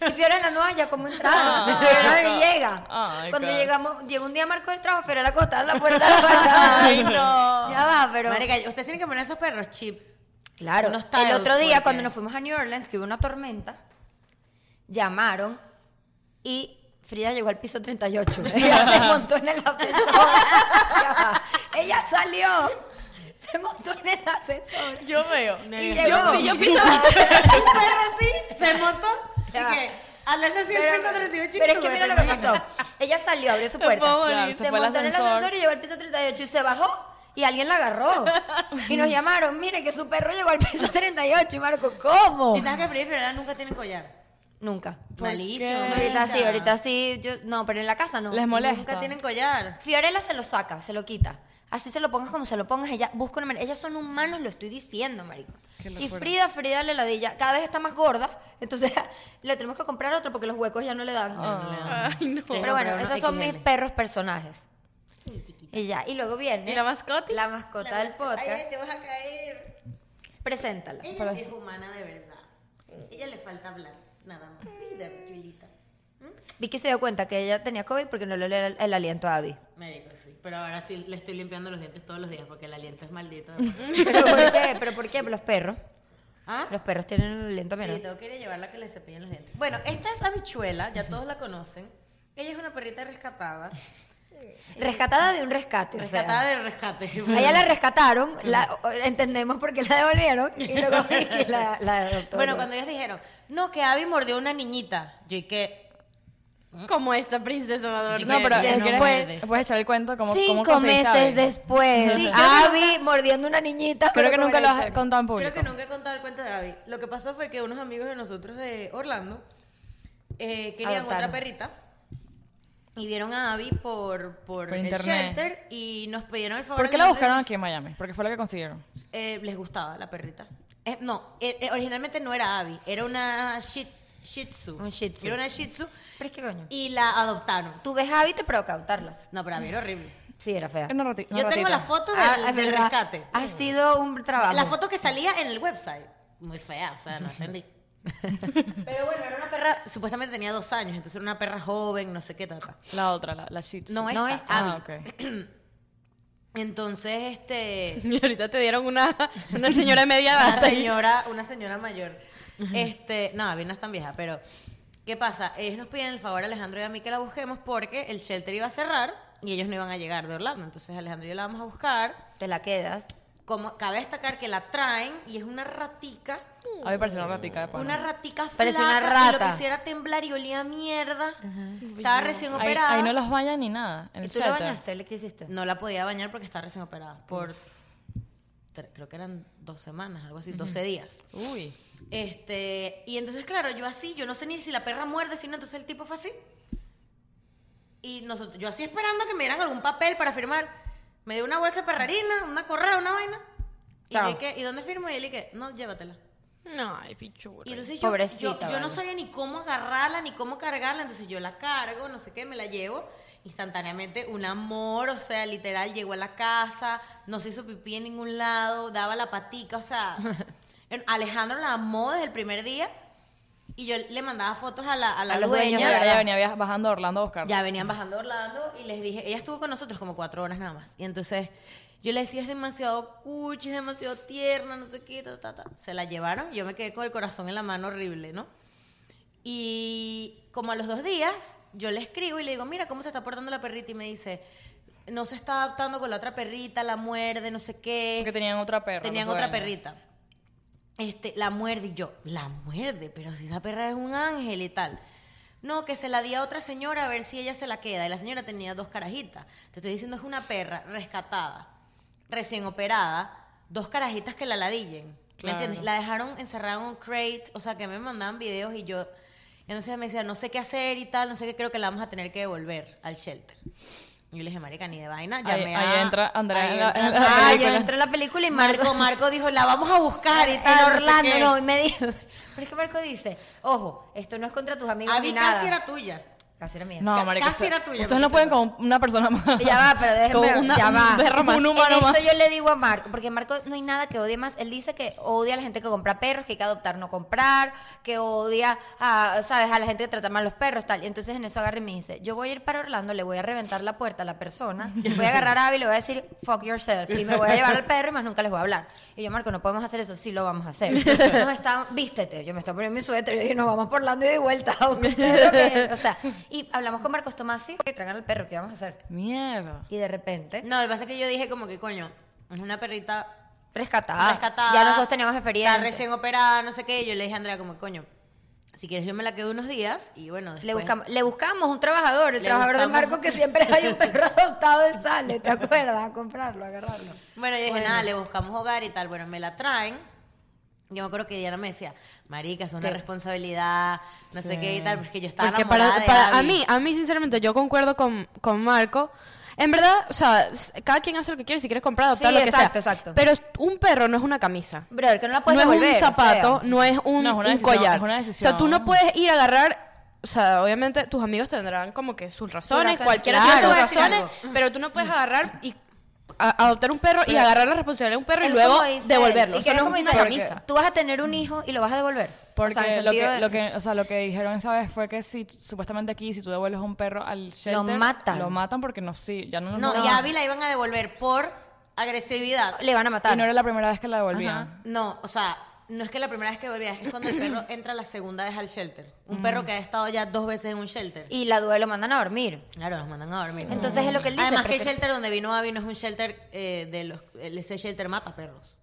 Speaker 4: Y Fiorella no haya cómo entrar.
Speaker 2: Ah. Ay,
Speaker 4: Fiorella no
Speaker 2: God.
Speaker 4: llega.
Speaker 2: Ay,
Speaker 4: Cuando
Speaker 2: God.
Speaker 4: llegamos, llegó un día Marco del trabajo, Fiorella acostada en la puerta de la puerta.
Speaker 1: Ay, no.
Speaker 4: Ya va, pero.
Speaker 3: Marica, ustedes tienen que poner esos perros chip.
Speaker 4: Claro,
Speaker 3: Unos tiles,
Speaker 4: el otro día
Speaker 3: porque-
Speaker 4: cuando nos fuimos a New Orleans, que hubo una tormenta, llamaron y Frida llegó al piso 38. Ella se montó en el ascensor. Ya va. Ella salió, se montó en el ascensor.
Speaker 1: Yo veo.
Speaker 4: Y
Speaker 1: Yo-
Speaker 4: llegó.
Speaker 1: si yo piso-
Speaker 4: Un perro así.
Speaker 3: Se montó y
Speaker 4: Ya.
Speaker 3: que al así el
Speaker 4: Pero,
Speaker 3: piso 38 y
Speaker 4: pero es que
Speaker 3: sube,
Speaker 4: mira lo
Speaker 3: ¿te
Speaker 4: que pasó.
Speaker 3: imaginas?
Speaker 4: Ella salió, abrió su
Speaker 1: Me
Speaker 4: puerta.
Speaker 1: puedo morir.
Speaker 2: Claro,
Speaker 4: se,
Speaker 2: se fue al
Speaker 4: montó en el
Speaker 2: ascensor.
Speaker 4: ascensor y llegó al piso 38 y se bajó y alguien la agarró. Y nos llamaron, mire que su perro llegó al piso 38 y Marco, ¿cómo?
Speaker 3: Y sabes que Frida y Fiorella nunca tienen collar.
Speaker 4: Nunca.
Speaker 3: Malísimo.
Speaker 2: qué?
Speaker 4: Ahorita sí,
Speaker 3: marica.
Speaker 4: ahorita sí. Yo, no, pero en la casa no. Mm.
Speaker 2: Les molesta.
Speaker 3: Nunca tienen collar.
Speaker 4: Fiorella se lo saca, se lo quita. Así se lo pongas como se lo pongas, ella busca una manera. Ellas son humanos, lo estoy diciendo, marico. Y Frida, Frida le ladilla. Cada vez está más gorda, entonces le tenemos que comprar otro porque los huecos ya no le
Speaker 2: Ah.
Speaker 4: dan.
Speaker 1: Ay, no.
Speaker 4: Pero bueno,
Speaker 3: Pero no
Speaker 4: esos son
Speaker 3: XL.
Speaker 4: mis perros personajes. Y ya, y luego viene.
Speaker 1: ¿Y la mascota?
Speaker 4: La mascota del podcast.
Speaker 3: Ay, te vas a caer.
Speaker 4: Preséntala.
Speaker 3: Ella sí es humana de verdad. Ella le falta hablar, nada más. Mira, chulita.
Speaker 4: Vicky se dio cuenta que ella tenía COVID porque no le olía el, el aliento a Abby.
Speaker 3: Marico, sí. Pero ahora sí le estoy limpiando los dientes todos los días porque el aliento es maldito.
Speaker 4: ¿Pero por qué? ¿Pero por qué? Los perros.
Speaker 3: ¿Ah?
Speaker 4: Los perros tienen el aliento menos.
Speaker 3: Sí, tengo que ir a llevarla que le cepillen los dientes. Bueno, esta es habichuela, ya todos la conocen. Ella es una perrita rescatada.
Speaker 4: Rescatada de un rescate. o sea.
Speaker 3: Rescatada de rescate.
Speaker 4: A ella la rescataron, la, o- entendemos por qué la devolvieron y luego Vicky la, la adoptó.
Speaker 3: Bueno, cuando ellas dijeron, no, que Abby mordió a una niñita. Yo y que.
Speaker 1: Como esta princesa va a dormir.
Speaker 2: No, pero
Speaker 3: Ya
Speaker 2: si
Speaker 3: no
Speaker 2: quieres-
Speaker 3: puede.
Speaker 2: puedes echar el cuento como
Speaker 4: Cinco meses después,
Speaker 3: Sí, yo
Speaker 4: Abby mordiendo una niñita.
Speaker 2: Creo
Speaker 4: pero
Speaker 2: que
Speaker 4: con
Speaker 2: nunca
Speaker 4: el
Speaker 2: lo has
Speaker 4: aliento.
Speaker 2: contado en público.
Speaker 3: Creo que nunca he contado el cuento de Abby. Lo que pasó fue que unos amigos de nosotros de Orlando eh, querían
Speaker 4: Adoptaron.
Speaker 3: otra perrita y vieron a Abby por, por,
Speaker 2: Por
Speaker 3: el
Speaker 2: internet.
Speaker 3: shelter y nos pidieron el favor.
Speaker 2: ¿Por
Speaker 3: de
Speaker 2: qué la
Speaker 3: darle-
Speaker 2: buscaron aquí en Miami? Porque fue lo que consiguieron.
Speaker 3: Eh, les gustaba la perrita. Eh, no, eh, eh, originalmente no era Abby, era una shih, shih tzu.
Speaker 4: Un Shih Tzu.
Speaker 3: Era una shih tzu
Speaker 4: Pero es que coño,
Speaker 3: y la adoptaron.
Speaker 4: tú ves a Abby y te provoca adoptarla.
Speaker 3: No, pero Abby era horrible.
Speaker 4: Sí, era fea.
Speaker 2: Una rati- una
Speaker 3: Yo tengo
Speaker 2: ratita.
Speaker 3: la foto del,
Speaker 4: Ah, es
Speaker 3: del
Speaker 4: verdad.
Speaker 3: rescate.
Speaker 4: Ha sido un trabajo.
Speaker 3: La foto que salía en el website. Muy fea, o sea, no entendí. Pero bueno, era una perra, supuestamente tenía dos años, entonces era una perra joven, no sé qué tata.
Speaker 2: La otra, la, la Shih Tzu.
Speaker 3: No, esta,
Speaker 4: No, esta.
Speaker 3: Abby.
Speaker 2: Ah, ok.
Speaker 3: Entonces, este,
Speaker 1: Y ahorita te dieron una, una señora de media edad.
Speaker 3: una señora, una señora mayor. Este, no, Abby no es tan vieja, pero ¿qué pasa? Ellos nos piden el favor a Alejandro y a mí que la busquemos porque el shelter iba a cerrar y ellos no iban a llegar de Orlando. Entonces, Alejandro y yo la vamos a buscar.
Speaker 4: Te la quedas.
Speaker 3: Como cabe destacar que la traen y es una ratica
Speaker 2: A mí me pareció una ratica de pana.
Speaker 3: Una ratica
Speaker 4: Parecía
Speaker 3: flaca,
Speaker 4: una
Speaker 3: y lo
Speaker 4: rata.
Speaker 3: que hiciera temblar y olía a mierda. Estaba recién
Speaker 2: Ahí,
Speaker 3: operada.
Speaker 2: ahí no los bañan ni nada. En
Speaker 4: ¿Y
Speaker 2: el
Speaker 4: tú la
Speaker 2: shelter.
Speaker 4: bañaste? ¿Le- ¿Qué hiciste?
Speaker 3: No la podía bañar porque estaba recién operada. Por, tre- creo que eran dos semanas, algo así, 12 días.
Speaker 2: Uy.
Speaker 3: Este, y entonces, claro, yo así, yo no sé ni si la perra muerde, si no, entonces el tipo fue así. Y nosotros, yo así esperando que me dieran algún papel para firmar. Me dio una bolsa de perrarina, una correa, una vaina. Y,
Speaker 4: Chao.
Speaker 3: yo, ¿y qué? ¿y dónde firmo? Y él, ¿y qué? No, llévatela.
Speaker 1: No, ay, pichura.
Speaker 3: Y entonces yo,
Speaker 4: Pobrecita,
Speaker 3: yo, yo no
Speaker 4: vale.
Speaker 3: sabía ni cómo agarrarla, ni cómo cargarla, entonces yo la cargo, no sé qué, me la llevo. Instantáneamente, un amor, o sea, literal, llegó a la casa, no se hizo pipí en ningún lado, daba la patica, o sea, en- Alejandro la amó desde el primer día. Y yo le mandaba fotos a la, a la
Speaker 4: A los
Speaker 3: dueña.
Speaker 4: dueños de
Speaker 2: Ya,
Speaker 4: verdad.
Speaker 2: ya venía viaj- bajando a Orlando a buscar.
Speaker 3: Ya venían bajando a Orlando y les dije, ella estuvo con nosotros como cuatro horas nada más. Y entonces yo le decía, es demasiado cuchi, es demasiado tierna, no sé qué, ta, ta, ta. Se la llevaron y yo me quedé con el corazón en la mano horrible, ¿no? Y como a los dos días, yo le escribo y le digo, mira cómo se está portando la perrita. Y me dice, no se está adaptando con la otra perrita, la muerde, no sé qué.
Speaker 2: Porque tenían otra perra.
Speaker 3: Tenían
Speaker 2: los
Speaker 3: otra
Speaker 2: dueños.
Speaker 3: perrita. Este, la muerde y yo, la muerde, pero si esa perra es un ángel y tal. No, que se la di a otra señora a ver si ella se la queda. Y la señora tenía dos carajitas. Te estoy diciendo, es una perra rescatada, recién operada, dos carajitas que la ladillen. ¿Me
Speaker 2: Claro.
Speaker 3: entiendes? La dejaron encerrada en un crate, o sea, que me mandaban videos y yo... Entonces me decía, no sé qué hacer y tal, no sé qué, creo que la vamos a tener que devolver al shelter. Y yo le dije, marica, ni de vaina,
Speaker 2: Ahí-
Speaker 3: llamé
Speaker 2: ahí
Speaker 3: a-
Speaker 2: entra Andrea
Speaker 3: ahí
Speaker 2: en la-
Speaker 3: entra
Speaker 2: en la
Speaker 3: Andrea.
Speaker 4: Ah, yo
Speaker 2: película.
Speaker 4: entré en la película y
Speaker 3: Marco,
Speaker 4: Marco
Speaker 3: Marco dijo, la vamos a buscar y
Speaker 4: en
Speaker 3: tal. no sé
Speaker 4: Orlando,
Speaker 3: qué.
Speaker 4: no, y me dijo. Pero es que Marco dice, ojo, esto no es contra tus amigos
Speaker 3: Abby
Speaker 4: ni nada.
Speaker 3: casi era tuya.
Speaker 4: Casi era mía.
Speaker 2: No,
Speaker 3: Ca-
Speaker 2: marica.
Speaker 3: casi
Speaker 2: usted-
Speaker 3: era tuya,
Speaker 2: Ustedes no
Speaker 3: porque
Speaker 2: pueden con una persona más.
Speaker 4: Ya va, pero déjeme,
Speaker 1: Con una-
Speaker 4: ya
Speaker 1: un
Speaker 4: va.
Speaker 1: perro más.
Speaker 2: Un humano
Speaker 4: en esto
Speaker 2: más.
Speaker 4: yo le digo a Marco, porque Marco no hay nada que odie más. Él dice que odia a la gente que compra perros, que hay que adoptar no comprar, que odia a, ¿sabes? a la gente que trata mal los perros, tal. Y entonces en eso agarra y me dice, yo voy a ir para Orlando, le voy a reventar la puerta a la persona, voy a agarrar a Abby y le voy a decir, fuck yourself. Y me voy a llevar al perro y más nunca les voy a hablar. Y yo, Marco, no podemos hacer eso, sí lo vamos a hacer. Nos está, vístete, yo me estoy poniendo mi suéter, y yo dije, nos vamos por Orlando y de vuelta. aunque ustedes lo que- o sea, y hablamos con Marcos Tomasi, que traigan al perro, ¿qué vamos a hacer?
Speaker 2: Mierda.
Speaker 4: Y de repente,
Speaker 3: No, lo que pasa es que yo dije como que, coño, es una perrita
Speaker 4: rescatada.
Speaker 3: rescatada.
Speaker 4: Ya nosotros teníamos experiencia.
Speaker 3: Está recién operada, no sé qué. Yo le dije a Andrea como, coño, si quieres yo me la quedo unos días y bueno, después...
Speaker 4: Le buscamos, le buscamos un trabajador, el
Speaker 3: Le
Speaker 4: trabajador de
Speaker 3: buscamos-
Speaker 4: Marco que siempre hay un perro adoptado, él sale, ¿te acuerdas? A comprarlo, a agarrarlo.
Speaker 3: Bueno, yo dije, nada, le buscamos hogar y tal. Bueno, me la traen. Yo me acuerdo que Diana me decía, marica, es una
Speaker 4: Sí.
Speaker 3: responsabilidad, no sé
Speaker 2: Sí.
Speaker 3: qué y tal, porque yo estaba
Speaker 1: Porque
Speaker 3: enamorada
Speaker 1: para,
Speaker 3: de
Speaker 1: para- a
Speaker 3: Abby.
Speaker 1: mí, a mí sinceramente, yo concuerdo con, con Marco. En verdad, o sea, s- cada quien hace lo que quiere, si quieres comprar, adoptar,
Speaker 4: Sí,
Speaker 1: lo que
Speaker 4: exacto,
Speaker 1: sea.
Speaker 4: exacto.
Speaker 1: Pero un perro no es una camisa.
Speaker 4: Brother, que no la
Speaker 1: No
Speaker 4: puedes
Speaker 1: es
Speaker 4: devolver,
Speaker 1: un
Speaker 4: o sea.
Speaker 1: zapato, no es un,
Speaker 2: No, es una
Speaker 1: un
Speaker 2: decisión,
Speaker 1: collar.
Speaker 2: es una
Speaker 1: O sea, tú no
Speaker 2: decisión.
Speaker 1: puedes ir a agarrar. O sea, obviamente tus amigos tendrán como que sus razones,
Speaker 4: razones,
Speaker 1: cualquiera
Speaker 4: claro. Mm.
Speaker 1: tiene sus
Speaker 4: Yo te voy a decir
Speaker 1: razones, pero tú no puedes agarrar y a- adoptar un perro y agarrar la responsabilidad de un perro y
Speaker 4: Es
Speaker 1: luego
Speaker 4: como dice
Speaker 1: devolverlo.
Speaker 4: él, y
Speaker 1: Eso
Speaker 4: que es
Speaker 1: no
Speaker 4: como
Speaker 1: es una
Speaker 4: dice él,
Speaker 1: camisa.
Speaker 4: Tú vas a tener un hijo y lo vas a devolver.
Speaker 2: Porque
Speaker 4: O sea, en el
Speaker 2: lo,
Speaker 4: sentido
Speaker 2: que,
Speaker 4: de-
Speaker 2: lo que, o sea, lo que dijeron esa vez fue que si supuestamente aquí si tú devuelves un perro al shelter
Speaker 4: matan.
Speaker 2: lo matan porque no sí, ya no lo
Speaker 3: No,
Speaker 4: No.
Speaker 3: y a Abby la iban a devolver por agresividad.
Speaker 4: le van a matar.
Speaker 2: y no era la primera vez que la devolvían.
Speaker 3: No, o sea, no es que la primera vez que volvías, es cuando el perro entra la segunda vez al shelter. Un perro que ha estado ya dos veces en un shelter.
Speaker 4: Mm. Y la duda lo mandan a dormir.
Speaker 3: Claro, los mandan a dormir.
Speaker 4: Entonces es lo que él dice.
Speaker 3: Además que el
Speaker 4: prefiero-
Speaker 3: shelter donde vino Abby no es un shelter eh, de los... el- Ese shelter mata perros.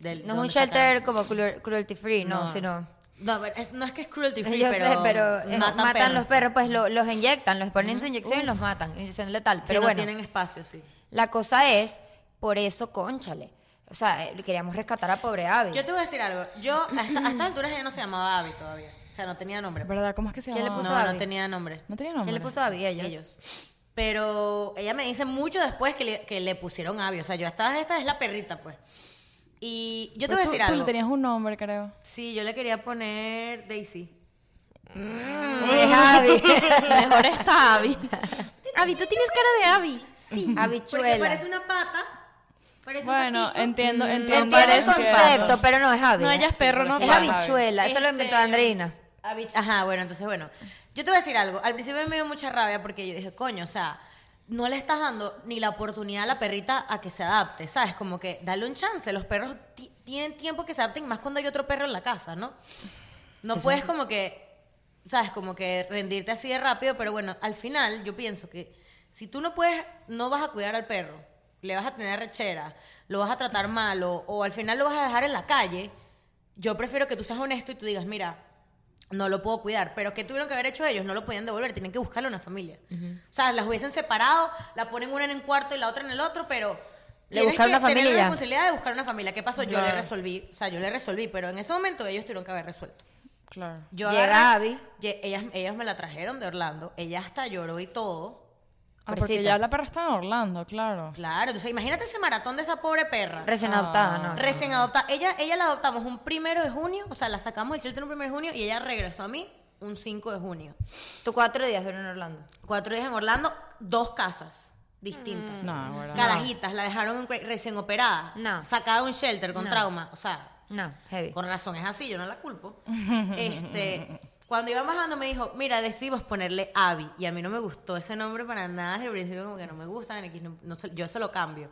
Speaker 3: Del-
Speaker 4: No es un
Speaker 3: donde
Speaker 4: shelter
Speaker 3: sacaron.
Speaker 4: como cruel- cruelty free, no, sino...
Speaker 3: No, a ver, es, no es que es cruelty free,
Speaker 4: Yo
Speaker 3: pero,
Speaker 4: sé, pero eh,
Speaker 3: matan,
Speaker 4: matan, los perros, pues lo- los inyectan, los ponen su inyección y los matan, inyección letal.
Speaker 3: Sí,
Speaker 4: Pero
Speaker 3: no
Speaker 4: bueno,
Speaker 3: tienen espacio, sí.
Speaker 4: La cosa es, por eso, conchale. O sea, eh, queríamos rescatar a pobre Abby.
Speaker 3: Yo te voy a decir algo. Yo, hasta, a estas alturas ya no se llamaba Abby todavía. O sea, no tenía nombre.
Speaker 2: ¿Verdad? ¿Cómo es que se
Speaker 4: ¿Quién le
Speaker 2: llama?
Speaker 4: puso
Speaker 2: no,
Speaker 3: No, no
Speaker 4: Abby?
Speaker 3: tenía nombre.
Speaker 2: no tenía
Speaker 4: ¿Qué
Speaker 2: nombre.
Speaker 4: le puso a Abby a ellos?
Speaker 3: ellos. Pero ella me dice mucho después que le, que le pusieron Abby. O sea, yo estaba, esta es la perrita, pues. Y yo
Speaker 2: Pero
Speaker 3: te voy a
Speaker 2: tú-
Speaker 3: decir
Speaker 2: Pues Tú le
Speaker 3: algo.
Speaker 2: tenías un nombre, creo.
Speaker 3: Sí, yo le quería poner Daisy.
Speaker 4: Mm, es Abby.
Speaker 1: Mejor está Abby. Abby, tú tienes cara de Abby.
Speaker 4: Sí.
Speaker 3: Porque
Speaker 4: Habichuela.
Speaker 3: parece una pata. Parece un
Speaker 2: Bueno,
Speaker 3: patito.
Speaker 2: entiendo, entiendo.
Speaker 4: Entiendo el
Speaker 1: parece-
Speaker 4: concepto, pero no es Abby. ¿eh?
Speaker 1: No, ella es perro, no
Speaker 4: Es
Speaker 1: pata.
Speaker 4: habichuela. Eso lo inventó
Speaker 3: Este,
Speaker 4: Andreina.
Speaker 3: habich- Ajá, bueno, entonces, bueno. Yo te voy a decir algo. Al principio me dio mucha rabia porque yo dije, coño, o sea, no le estás dando ni la oportunidad a la perrita a que se adapte, ¿sabes? Como que dale un chance. Los perros ti- tienen tiempo que se adapten, más cuando hay otro perro en la casa, ¿no? No puedes como que, ¿sabes? Como que rendirte así de rápido, pero bueno, al final yo pienso que si tú no puedes, no vas a cuidar al perro, le vas a tener rechera, lo vas a tratar mal o, o al final lo vas a dejar en la calle, yo prefiero que tú seas honesto y tú digas, mira, no lo puedo cuidar, pero ¿qué tuvieron que haber hecho ellos? No lo podían devolver, tienen que buscarle a una familia. O sea, las hubiesen separado, la ponen una en un cuarto y la otra en el otro, pero...
Speaker 4: Le
Speaker 3: tienes
Speaker 4: buscaron
Speaker 3: que
Speaker 4: una
Speaker 3: tener
Speaker 4: familia.
Speaker 3: la responsabilidad de buscar una familia. ¿Qué pasó? Yo le
Speaker 2: Claro.
Speaker 3: resolví, o sea, yo le resolví, pero en ese momento ellos tuvieron que haber resuelto.
Speaker 2: Claro.
Speaker 3: Yo
Speaker 4: Llega
Speaker 3: agarré-
Speaker 4: Abby.
Speaker 3: lle- ellas, ellas me la trajeron de Orlando. Ella hasta lloró y todo.
Speaker 2: Ah,
Speaker 4: Pobrecita.
Speaker 2: porque ya la perra está en Orlando, claro.
Speaker 3: Claro, entonces imagínate ese maratón de esa pobre perra.
Speaker 4: Recién
Speaker 2: Ah.
Speaker 4: adoptada, ¿no?
Speaker 3: Recién adoptada. Ella, ella la adoptamos un primero de junio, o sea, la sacamos del shelter un primero de junio y ella regresó a mí un 5 de junio.
Speaker 4: Tú cuatro días fueron en Orlando.
Speaker 3: Cuatro días en Orlando, dos casas distintas.
Speaker 2: No, ahora.
Speaker 3: Carajitas, la dejaron en cra- recién operada.
Speaker 4: Mm. No.
Speaker 3: Sacada de un shelter con trauma. O sea,
Speaker 4: No, heavy.
Speaker 3: Con razón es así, yo no la culpo. Este, cuando íbamos hablando me dijo, mira, decimos ponerle Abby. Y a mí no me gustó ese nombre para nada desde el principio, como que no me gusta, ven aquí, no- no se- yo se lo cambio.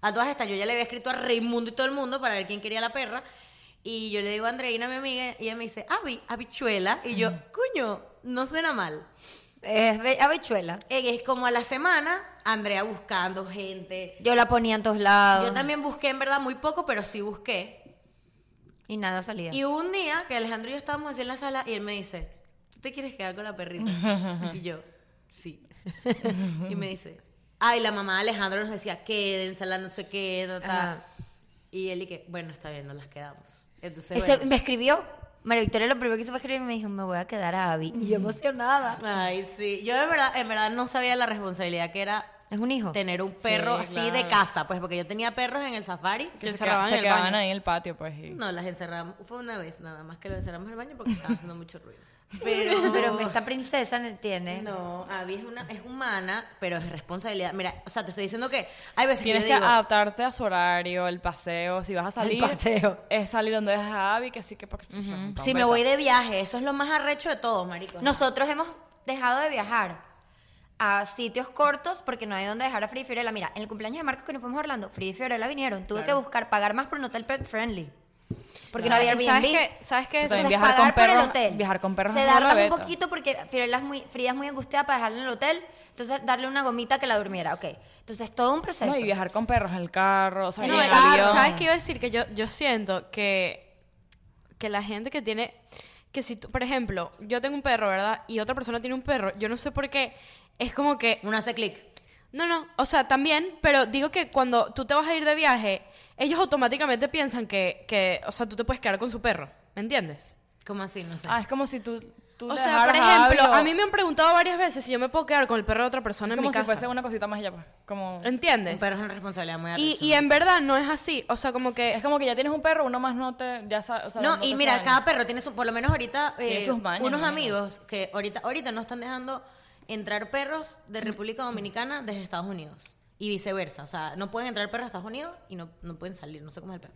Speaker 3: A todas estas, yo ya le había escrito a Raimundo y todo el mundo para ver quién quería la perra. Y yo le digo a Andreina, mi amiga, y ella me dice, Abby, habichuela. Y yo, coño, no suena mal.
Speaker 4: Es be- habichuela.
Speaker 3: Eh, Es como a la semana, Andrea buscando gente.
Speaker 4: Yo la ponía en todos lados.
Speaker 3: Yo también busqué, en verdad, muy poco, pero sí busqué.
Speaker 4: Y nada salía.
Speaker 3: Y hubo un día que Alejandro y yo estábamos así en la sala y él me dice, ¿tú te quieres quedar con la perrita? Y yo, sí. y me dice, ay, la mamá de Alejandro nos decía, quédensela, no sé qué, ta, ta".
Speaker 4: Ajá.
Speaker 3: Y él y que, bueno, está bien, no las quedamos. Entonces,
Speaker 4: Ese-
Speaker 3: bueno.
Speaker 4: Me escribió. María Victoria lo primero que hizo fue escribirme me dijo, me voy a quedar a Abby. Y yo
Speaker 3: Mm.
Speaker 4: emocionada.
Speaker 3: Ay, sí. Yo en verdad, en verdad no sabía la responsabilidad que era
Speaker 4: Es un hijo.
Speaker 3: tener un perro así de
Speaker 2: claro.
Speaker 3: casa, pues porque yo tenía perros en el safari.
Speaker 1: Que
Speaker 2: se,
Speaker 1: se
Speaker 2: queda-
Speaker 1: robaban
Speaker 2: se
Speaker 1: en el
Speaker 2: quedaban
Speaker 1: baño.
Speaker 2: ahí en el patio, pues. y-
Speaker 3: No, las encerramos. Fue una vez nada más que lo encerramos en el baño porque estaba haciendo mucho ruido. Pero,
Speaker 4: Pero esta princesa ne- tiene.
Speaker 3: No, Abby es, una, es humana, pero es responsabilidad. Mira, o sea, te estoy diciendo que hay veces
Speaker 2: Tienes
Speaker 3: que
Speaker 2: que
Speaker 3: yo digo,
Speaker 2: adaptarte a su horario, el paseo. Si vas a salir,
Speaker 4: paseo.
Speaker 2: es salir donde dejas a Abby, que sí que. porque-
Speaker 3: si me voy de viaje, eso es lo más arrecho de todo, marico.
Speaker 4: Nosotros hemos dejado de viajar a sitios cortos porque no hay donde dejar a Frida y Fiorella. Mira, en el cumpleaños de Marcos que nos fuimos a Orlando, Frida y Fiorella vinieron. Tuve que buscar pagar más por un hotel pet friendly. Porque no había
Speaker 1: ¿Y ¿Sabes
Speaker 4: Airbnb.
Speaker 1: qué? ¿Sabes qué?
Speaker 2: Entonces,
Speaker 4: Entonces,
Speaker 1: Eso-
Speaker 2: viajar
Speaker 4: pagar
Speaker 2: con
Speaker 4: por el
Speaker 2: perros-
Speaker 4: hotel.
Speaker 2: viajar con perros es una
Speaker 4: Sedarlos un
Speaker 2: reveta.
Speaker 4: poquito porque Fiorella es muy, Frida es muy angustiada para dejarla en el hotel. Entonces, darle una gomita que la durmiera. Ok. Entonces, todo un proceso.
Speaker 2: No, y viajar con perros en el carro, o sea,
Speaker 1: No,
Speaker 2: en el
Speaker 1: y-
Speaker 2: avión.
Speaker 1: ¿Sabes qué iba a decir? Que yo, yo siento que, que la gente que tiene... Que si tú, por ejemplo, yo tengo un perro, ¿verdad? Y otra persona tiene un perro. Yo no sé por qué. Es como que
Speaker 3: uno hace clic.
Speaker 1: No, no, o sea, también, pero digo que cuando tú te vas a ir de viaje, ellos automáticamente piensan que, que o sea, tú te puedes quedar con su perro, ¿me entiendes?
Speaker 3: ¿Cómo así? No sé.
Speaker 2: Ah, es como si tú. tú
Speaker 1: O
Speaker 2: le
Speaker 1: sea, por
Speaker 2: dejaras a Abby
Speaker 1: ejemplo,
Speaker 2: o-
Speaker 1: a mí me han preguntado varias veces si yo me puedo quedar con el perro de otra persona en
Speaker 2: Como
Speaker 1: mi
Speaker 2: si
Speaker 1: casa.
Speaker 2: fuese una cosita más allá, pues. Como...
Speaker 1: ¿Entiendes?
Speaker 3: Pero es una responsabilidad muy
Speaker 1: Y,
Speaker 3: arrecha.
Speaker 1: y en verdad no es así, o sea, como
Speaker 2: Es
Speaker 1: que...
Speaker 2: como que ya tienes un perro, uno más no te. Ya sa- o sea,
Speaker 3: no,
Speaker 2: te
Speaker 3: y
Speaker 2: hace
Speaker 3: mira,
Speaker 2: daño.
Speaker 3: cada perro tiene su, por lo menos ahorita,
Speaker 2: Tiene
Speaker 3: eh,
Speaker 2: sus mañas,
Speaker 3: unos
Speaker 2: ¿no?
Speaker 3: amigos que ahorita, ahorita no están dejando entrar perros de
Speaker 4: Mm.
Speaker 3: República Dominicana desde Estados Unidos y viceversa. O sea, no pueden entrar perros a Estados Unidos y no, no pueden salir, no sé cómo es el perro.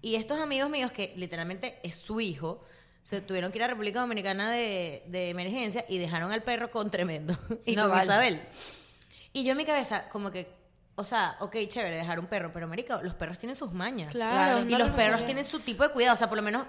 Speaker 3: Y estos amigos míos que literalmente es su hijo, se tuvieron que ir a República Dominicana de, de emergencia y dejaron al perro con tremendo y
Speaker 4: No
Speaker 3: con
Speaker 4: vale.
Speaker 3: Isabel. Y yo en mi cabeza, como que, o sea, ok, chévere, dejar un perro, pero marica, los perros tienen sus mañas.
Speaker 1: Claro,
Speaker 3: Y
Speaker 1: no
Speaker 3: los
Speaker 1: lo
Speaker 3: perros
Speaker 1: sabía.
Speaker 3: tienen su tipo de cuidado. O sea, por lo menos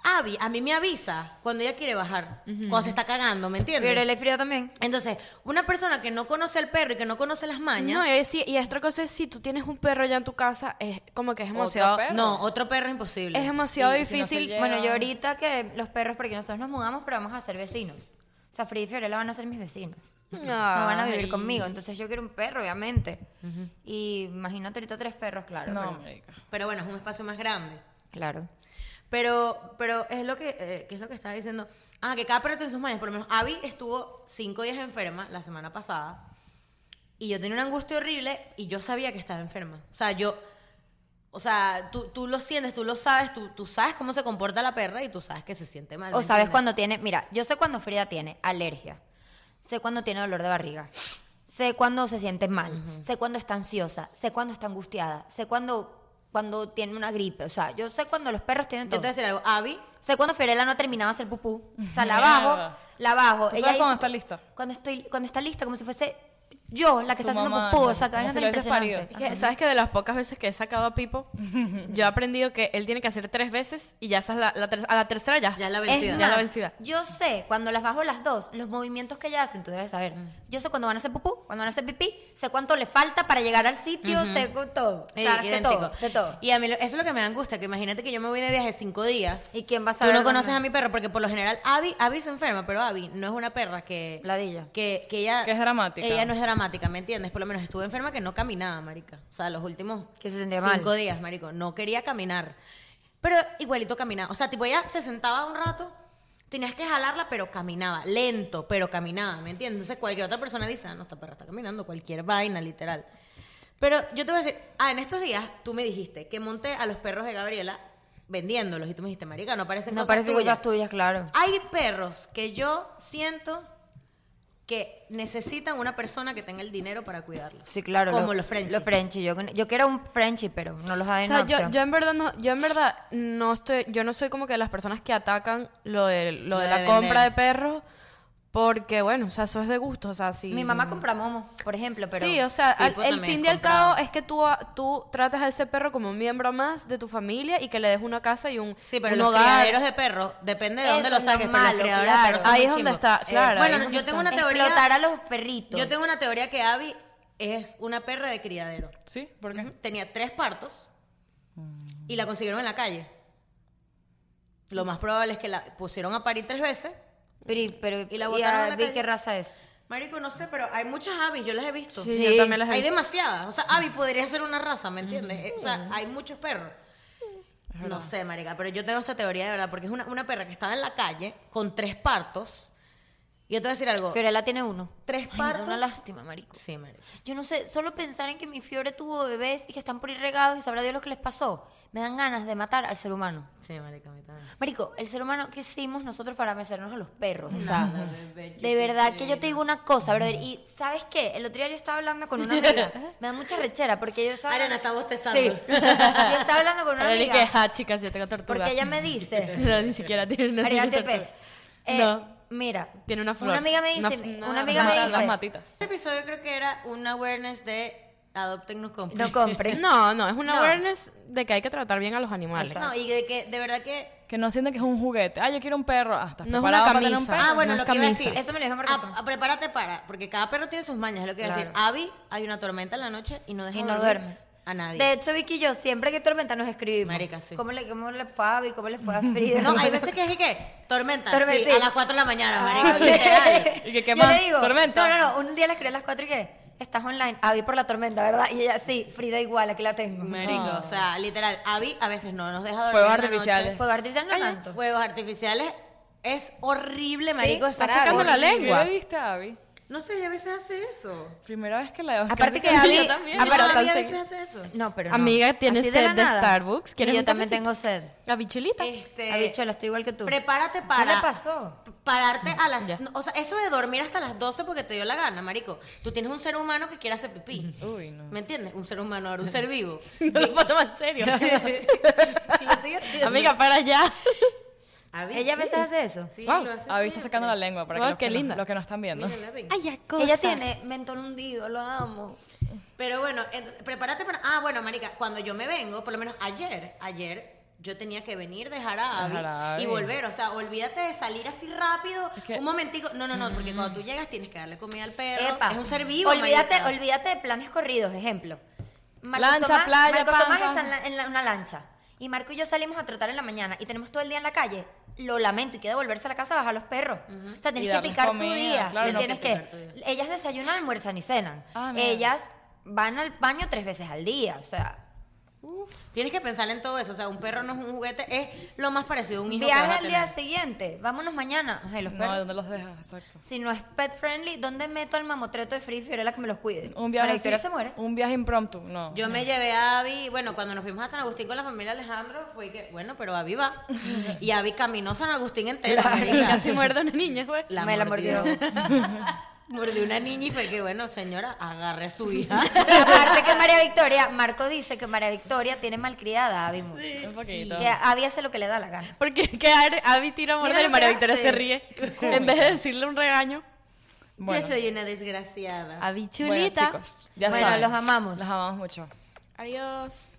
Speaker 3: Abby, a mí me avisa cuando ella quiere bajar, cuando se está cagando, ¿me entiendes?
Speaker 4: Fiorella y Frida también.
Speaker 3: Entonces, una persona que no conoce al perro y que no conoce las mañas.
Speaker 1: No, y, es- y otra cosa es si tú tienes un perro ya en tu casa, es como que es demasiado...
Speaker 2: perro.
Speaker 3: No, otro perro es imposible.
Speaker 1: Es demasiado
Speaker 2: Y si no se
Speaker 1: difícil...
Speaker 2: lleva-
Speaker 4: Bueno, yo ahorita que los perros, porque nosotros nos mudamos, pero vamos a ser vecinos. O sea, Frida y Fiorella van a ser mis vecinos. No van a vivir
Speaker 1: Ay.
Speaker 4: conmigo. Entonces yo quiero un perro, obviamente. Y imagínate ahorita tres perros, claro.
Speaker 2: No,
Speaker 4: pero-
Speaker 2: marica.
Speaker 3: Pero bueno, es un espacio más grande.
Speaker 4: Claro.
Speaker 3: Pero, pero es lo que, eh, ¿qué es lo que estaba diciendo? Ah, que cada perro tiene sus mañas. Por lo menos Abby estuvo cinco días enferma la semana pasada. Y yo tenía una angustia horrible y yo sabía que estaba enferma. O sea, yo, o sea, tú, tú lo sientes, tú lo sabes, tú, tú sabes cómo se comporta la perra y tú sabes que se siente mal.
Speaker 4: O
Speaker 3: ¿me
Speaker 4: sabes
Speaker 3: entiendes?
Speaker 4: cuando tiene, mira, yo sé cuando Frida tiene alergia, sé cuando tiene dolor de barriga, sé cuando se siente mal, sé cuando está ansiosa, sé cuando está angustiada, sé cuando cuando tiene una gripe, o sea, yo sé cuando los perros tienen
Speaker 3: Yo te
Speaker 4: todo.
Speaker 3: voy a decir algo. Abby,
Speaker 4: sé cuando Fiorella no ha terminado de hacer pupú, o sea, la
Speaker 2: Mierda.
Speaker 4: bajo, la bajo.
Speaker 2: ¿Tú sabes cuando
Speaker 4: dice-
Speaker 2: está lista?
Speaker 4: Cuando estoy, cuando está lista, como si fuese yo la que
Speaker 2: Su
Speaker 4: está haciendo
Speaker 2: mamá,
Speaker 4: pupú,
Speaker 2: ¿no?
Speaker 4: o sea, que
Speaker 2: Como
Speaker 4: vaina
Speaker 2: si
Speaker 4: tan
Speaker 2: lo hubieses
Speaker 4: impresionante.
Speaker 1: Que,
Speaker 4: Ajá.
Speaker 1: ¿Sabes que de las pocas veces que he sacado a Pipo, yo he aprendido que él tiene que hacer tres veces y ya esa es la, la ter- a la tercera ya.
Speaker 3: ya la
Speaker 4: Es
Speaker 3: vencida.
Speaker 1: Ya la
Speaker 4: más,
Speaker 1: vencida.
Speaker 4: Yo sé, cuando las bajo las dos, los movimientos que ellas hacen, tú debes saber. Yo sé cuando van a hacer pupú, cuando van a hacer pipí, sé cuánto le falta para llegar al sitio, sé cu- todo. O sea,
Speaker 3: Eh,
Speaker 4: sé
Speaker 3: idéntico.
Speaker 4: todo, sé todo.
Speaker 3: Y a mí lo- eso es lo que me da angustia, que imagínate que yo me voy de viaje cinco días.
Speaker 4: ¿Y quién va a
Speaker 3: Tú
Speaker 4: saber
Speaker 3: no
Speaker 4: dónde?
Speaker 3: conoces a mi perro, porque por lo general Abby, Abby se enferma, pero Abby no es una perra que...
Speaker 4: Ladilla.
Speaker 3: Que, que ella...
Speaker 2: Que es dramática.
Speaker 3: Ella no es dramática, ¿me entiendes? Por lo menos estuve enferma que no caminaba, marica. O sea, los últimos
Speaker 4: Que se sentía
Speaker 3: cinco
Speaker 4: mal.
Speaker 3: días, marico. No quería caminar. Pero igualito caminaba. O sea, tipo, ella se sentaba un rato, tenías que jalarla, pero caminaba. Lento, pero caminaba, ¿me entiendes? Entonces cualquier otra persona dice, ah, no, esta perra está caminando, cualquier vaina, literal. Pero yo te voy a decir, ah, en estos días tú me dijiste que monté a los perros de Gabriela vendiéndolos y tú me dijiste, marica, no parecen
Speaker 4: No
Speaker 3: cosas
Speaker 4: parece
Speaker 3: tuyas".
Speaker 4: cosas tuyas, claro.
Speaker 3: Hay perros que yo siento que necesitan una persona que tenga el dinero para cuidarlos.
Speaker 4: Sí, claro.
Speaker 3: Como los Frenchies.
Speaker 4: Los Frenchies. Yo, yo quiero un Frenchie, pero no los hay
Speaker 1: O
Speaker 4: en
Speaker 1: sea,
Speaker 4: la
Speaker 1: yo,
Speaker 4: opción.
Speaker 1: yo en verdad no, yo en verdad no estoy, yo no soy como que de las personas que atacan lo de, lo de
Speaker 3: de
Speaker 1: la
Speaker 3: vender.
Speaker 1: compra de perros, porque bueno, o sea, eso es de gusto, o sea, si
Speaker 4: Mi mamá compra momo, por ejemplo, pero...
Speaker 1: Mm. sí, o sea, al-
Speaker 3: Pipo
Speaker 1: el
Speaker 3: también
Speaker 1: fin de al
Speaker 3: compraba.
Speaker 1: cabo es que tú, ah, tú tratas a ese perro como un miembro más de tu familia y que le des una casa y un,
Speaker 3: Sí, pero
Speaker 1: un
Speaker 3: los
Speaker 1: hogar.
Speaker 3: criaderos de perros, depende de
Speaker 4: Eso
Speaker 3: dónde los
Speaker 4: es lo
Speaker 3: saques, pero los
Speaker 4: malo,
Speaker 3: criaderos de
Speaker 4: claro.
Speaker 3: perros son Eh,
Speaker 1: Ahí
Speaker 3: muy
Speaker 1: es donde
Speaker 3: chimbos.
Speaker 1: está, claro. ahí
Speaker 3: Bueno,
Speaker 1: es donde
Speaker 3: yo tengo
Speaker 1: está.
Speaker 3: una teoría.
Speaker 4: Explotar a los perritos.
Speaker 3: Yo tengo una teoría que Abby es una perra de criadero.
Speaker 2: ¿Sí? ¿Por qué?
Speaker 3: Tenía tres partos y la consiguieron en la calle. Lo más probable es que la pusieron a parir tres veces.
Speaker 4: Pero, y- pero,
Speaker 3: Y la
Speaker 4: ¿y
Speaker 3: botaron
Speaker 4: a
Speaker 3: a la
Speaker 4: Vic
Speaker 3: calle.
Speaker 4: qué raza es?
Speaker 3: Marico, no sé, pero hay muchas avis, yo las he visto.
Speaker 1: Sí,
Speaker 4: Sí,
Speaker 1: yo también las he
Speaker 3: Hay
Speaker 1: visto.
Speaker 3: demasiadas. O sea, Abby podría ser una raza, ¿me entiendes? Eh, O sea, hay muchos perros. No sé, marica, pero yo tengo esa teoría de verdad, porque es una, una perra que estaba en la calle con tres partos. Y yo te voy a decir algo.
Speaker 4: Fiorella tiene uno.
Speaker 3: Tres
Speaker 4: Ay, me da
Speaker 3: partos.
Speaker 4: una lástima, marico.
Speaker 3: Sí, marica.
Speaker 4: Yo no sé, solo pensar en que mi Fiore tuvo bebés y que están por ir regados y sabrá Dios lo que les pasó. Me dan ganas de matar al ser humano.
Speaker 3: Sí, marica, a mí también.
Speaker 4: Marico, el ser humano, ¿qué hicimos nosotros para merecernos a los perros? O sea, de verdad que yo te digo una cosa, brother. Y ¿sabes qué? El otro día yo estaba hablando con una amiga. Me da mucha rechera porque yo estaba...
Speaker 3: Ariana está bostezando.
Speaker 4: Sí. Yo estaba hablando con una
Speaker 1: Ahora ni que,
Speaker 4: amiga
Speaker 1: "Ja, chicas, yo tengo tortuga.
Speaker 4: porque ella me dice...
Speaker 1: No, ni siquiera tiene una
Speaker 4: Ariana
Speaker 1: tiene
Speaker 4: Tepes.
Speaker 1: tortuga.
Speaker 4: eh,
Speaker 1: No.
Speaker 4: Mira.
Speaker 1: Tiene una flor.
Speaker 4: Una amiga me dice,
Speaker 1: Una-
Speaker 4: una,
Speaker 1: una-
Speaker 4: amiga
Speaker 1: una-
Speaker 4: me
Speaker 2: Las- Las
Speaker 4: dice,
Speaker 2: matitas.
Speaker 3: Este episodio creo que era un awareness de adopten nos compren.
Speaker 4: no compres.
Speaker 1: Eh, No, no, es una
Speaker 4: No.
Speaker 1: awareness de que hay que tratar bien a los animales.
Speaker 4: Exacto.
Speaker 3: No, y de que de verdad que
Speaker 2: Que no sienten que es un juguete. Ah, yo quiero un perro. Ah, ¿estás
Speaker 1: No es
Speaker 2: preparado
Speaker 1: una
Speaker 2: para tener un
Speaker 1: camisa.
Speaker 2: perro?
Speaker 3: Ah, bueno,
Speaker 1: no
Speaker 3: lo
Speaker 1: es
Speaker 3: que iba a
Speaker 1: camisa.
Speaker 3: decir.
Speaker 4: Eso me lo dijo Marco
Speaker 3: Ah,
Speaker 4: Sosa.
Speaker 3: ah, prepárate para, porque cada perro tiene sus mañas, es lo que iba a decir.
Speaker 4: Claro.
Speaker 3: Abby, hay una tormenta en la noche y no deja
Speaker 4: Y no
Speaker 3: dormir
Speaker 4: duerme.
Speaker 3: a nadie.
Speaker 4: De hecho, Vicky y yo, siempre que tormenta nos escribimos.
Speaker 3: Marica, sí.
Speaker 4: ¿Cómo le, cómo le fue a Abby? ¿Cómo le fue a Frida?
Speaker 3: no, hay veces que es que tormenta,
Speaker 4: Tormenta,
Speaker 3: sí,
Speaker 4: sí.
Speaker 3: a las 4 de la mañana, marica,
Speaker 4: Ah,
Speaker 3: literal.
Speaker 2: ¿Y que qué
Speaker 4: Yo
Speaker 2: más?
Speaker 4: le digo,
Speaker 2: ¿Tormenta?
Speaker 4: No, no, no. Un día le escribí a las 4 y que estás online. Abby por la tormenta, ¿verdad? Y ella, sí, Frida igual, aquí la tengo.
Speaker 3: Marico, o sea, literal, Abby a veces no nos deja dormir.
Speaker 2: Fuegos
Speaker 3: en la noche.
Speaker 2: artificiales.
Speaker 4: Fuego artificial no tanto.
Speaker 3: Fuegos artificiales es horrible, marico, es
Speaker 4: está
Speaker 3: para
Speaker 1: sacando Ah, la
Speaker 3: horrible.
Speaker 1: lengua.
Speaker 2: ¿Qué le diste a Abby?
Speaker 3: No sé, ella a veces hace eso.
Speaker 2: Primera vez que la veo.
Speaker 4: Aparte
Speaker 2: casi
Speaker 4: que Abby...
Speaker 1: Yo también.
Speaker 4: aparte-
Speaker 1: Pero
Speaker 3: Abby a
Speaker 1: tan
Speaker 3: veces
Speaker 1: seg-
Speaker 3: hace eso.
Speaker 4: Ah, no, pero no.
Speaker 1: Amiga, tienes
Speaker 4: Así
Speaker 1: sed
Speaker 4: la
Speaker 1: de
Speaker 4: nada.
Speaker 1: Starbucks,
Speaker 4: Y
Speaker 1: ¿quieres
Speaker 4: yo
Speaker 1: un
Speaker 4: también
Speaker 1: cafecito?
Speaker 4: tengo sed.
Speaker 1: La bichulita.
Speaker 3: Este,
Speaker 4: Habichuela, estoy igual que tú.
Speaker 3: Prepárate para.
Speaker 4: le pasó?
Speaker 3: p- Pararte a las.
Speaker 1: Ya.
Speaker 3: no, O sea, eso de dormir hasta las 12 porque te dio la gana, marico. Tú tienes un ser humano que quiere hacer pipí.
Speaker 2: Uy, no.
Speaker 3: ¿Me entiendes? Un ser humano, ahora un ser vivo.
Speaker 1: No lo puedo tomar en serio.
Speaker 3: Lo estoy haciendo.
Speaker 1: Amiga, para allá.
Speaker 3: A ver.
Speaker 4: Ella a veces hace eso.
Speaker 3: ¿Ah, Sí,
Speaker 1: Wow.
Speaker 3: lo hace
Speaker 2: Abby está
Speaker 3: siempre.
Speaker 2: Ah, sacando la lengua para
Speaker 1: Wow,
Speaker 2: que los
Speaker 1: qué
Speaker 2: que no-
Speaker 1: linda.
Speaker 2: los que no están viendo.
Speaker 3: Mírala, ven.
Speaker 1: Ay, ya, cosa.
Speaker 4: Ella tiene mentón hundido, lo amo.
Speaker 3: Pero bueno, ent- prepárate para. Ah, bueno, marica, cuando yo me vengo, por lo menos ayer, ayer. Yo tenía que venir, dejar a Abby,
Speaker 2: Dejar a Abby.
Speaker 3: y volver. O sea, olvídate de salir así rápido.
Speaker 2: Es que-
Speaker 3: Un momentico. No, no, no, porque cuando tú llegas tienes que darle comida al perro.
Speaker 4: Epa.
Speaker 3: Es un ser vivo.
Speaker 4: Olvídate,
Speaker 3: marica.
Speaker 4: olvídate de planes corridos, ejemplo.
Speaker 2: Lancha, playa,
Speaker 4: Marco
Speaker 2: pan,
Speaker 4: Tomás
Speaker 2: pan.
Speaker 4: está en, la- en la- una lancha. Y Marco y yo salimos a trotar en la mañana y tenemos todo el día en la calle. Lo lamento y que devolverse a la casa a bajar los perros. O sea,
Speaker 2: Y
Speaker 4: tienes que
Speaker 2: darles
Speaker 4: picar tu
Speaker 2: comida,
Speaker 4: día.
Speaker 2: claro,
Speaker 4: y
Speaker 2: no,
Speaker 4: tienes
Speaker 3: que
Speaker 4: que,
Speaker 3: picar tu día.
Speaker 4: ellas desayunan, almuerzan y cenan.
Speaker 2: Ah, mira.
Speaker 4: ellas van al baño tres veces al día. O sea,
Speaker 3: Tienes que pensar en todo eso. O sea, un perro no es un juguete, es lo más parecido a un hijo. que vas
Speaker 4: viaje
Speaker 3: a
Speaker 4: al día
Speaker 3: tener.
Speaker 4: siguiente. Vámonos mañana. Ay, los
Speaker 2: No,
Speaker 4: perros.
Speaker 2: ¿dónde los dejas? Exacto.
Speaker 4: Si no es pet friendly, ¿dónde meto al mamotreto de Free Fiorella que me los cuide?
Speaker 2: Un viaje
Speaker 4: María
Speaker 2: así,
Speaker 4: Victoria se muere.
Speaker 2: Un viaje impromptu, no.
Speaker 3: Yo me llevé a Abby, bueno, cuando nos fuimos a San Agustín con la familia Alejandro, fue que, bueno, pero Abby va. Y Abby caminó San Agustín entero.
Speaker 4: Claro.
Speaker 3: marica.
Speaker 1: Casi muerde una niña, güey.
Speaker 3: La
Speaker 4: me la
Speaker 3: mordió.
Speaker 4: mordió.
Speaker 3: Mordió una niña y fue que, bueno, señora, agarre a su hija.
Speaker 4: Aparte que María Victoria, Marco dice que María Victoria tiene malcriada a Abby mucho.
Speaker 2: Un poquito.
Speaker 4: Que Abby hace lo que le da la gana.
Speaker 1: Porque que Ar- Abby tira a
Speaker 4: Mira
Speaker 1: morder y
Speaker 4: lo
Speaker 1: María
Speaker 4: que
Speaker 1: Victoria
Speaker 4: hace.
Speaker 1: se ríe. En vez de decirle un regaño.
Speaker 2: Bueno,
Speaker 3: Yo soy una desgraciada.
Speaker 1: Abby
Speaker 2: bueno,
Speaker 1: chulita.
Speaker 2: chicos, ya
Speaker 4: Bueno,
Speaker 2: saben.
Speaker 4: los amamos.
Speaker 2: Los amamos mucho.
Speaker 1: Adiós.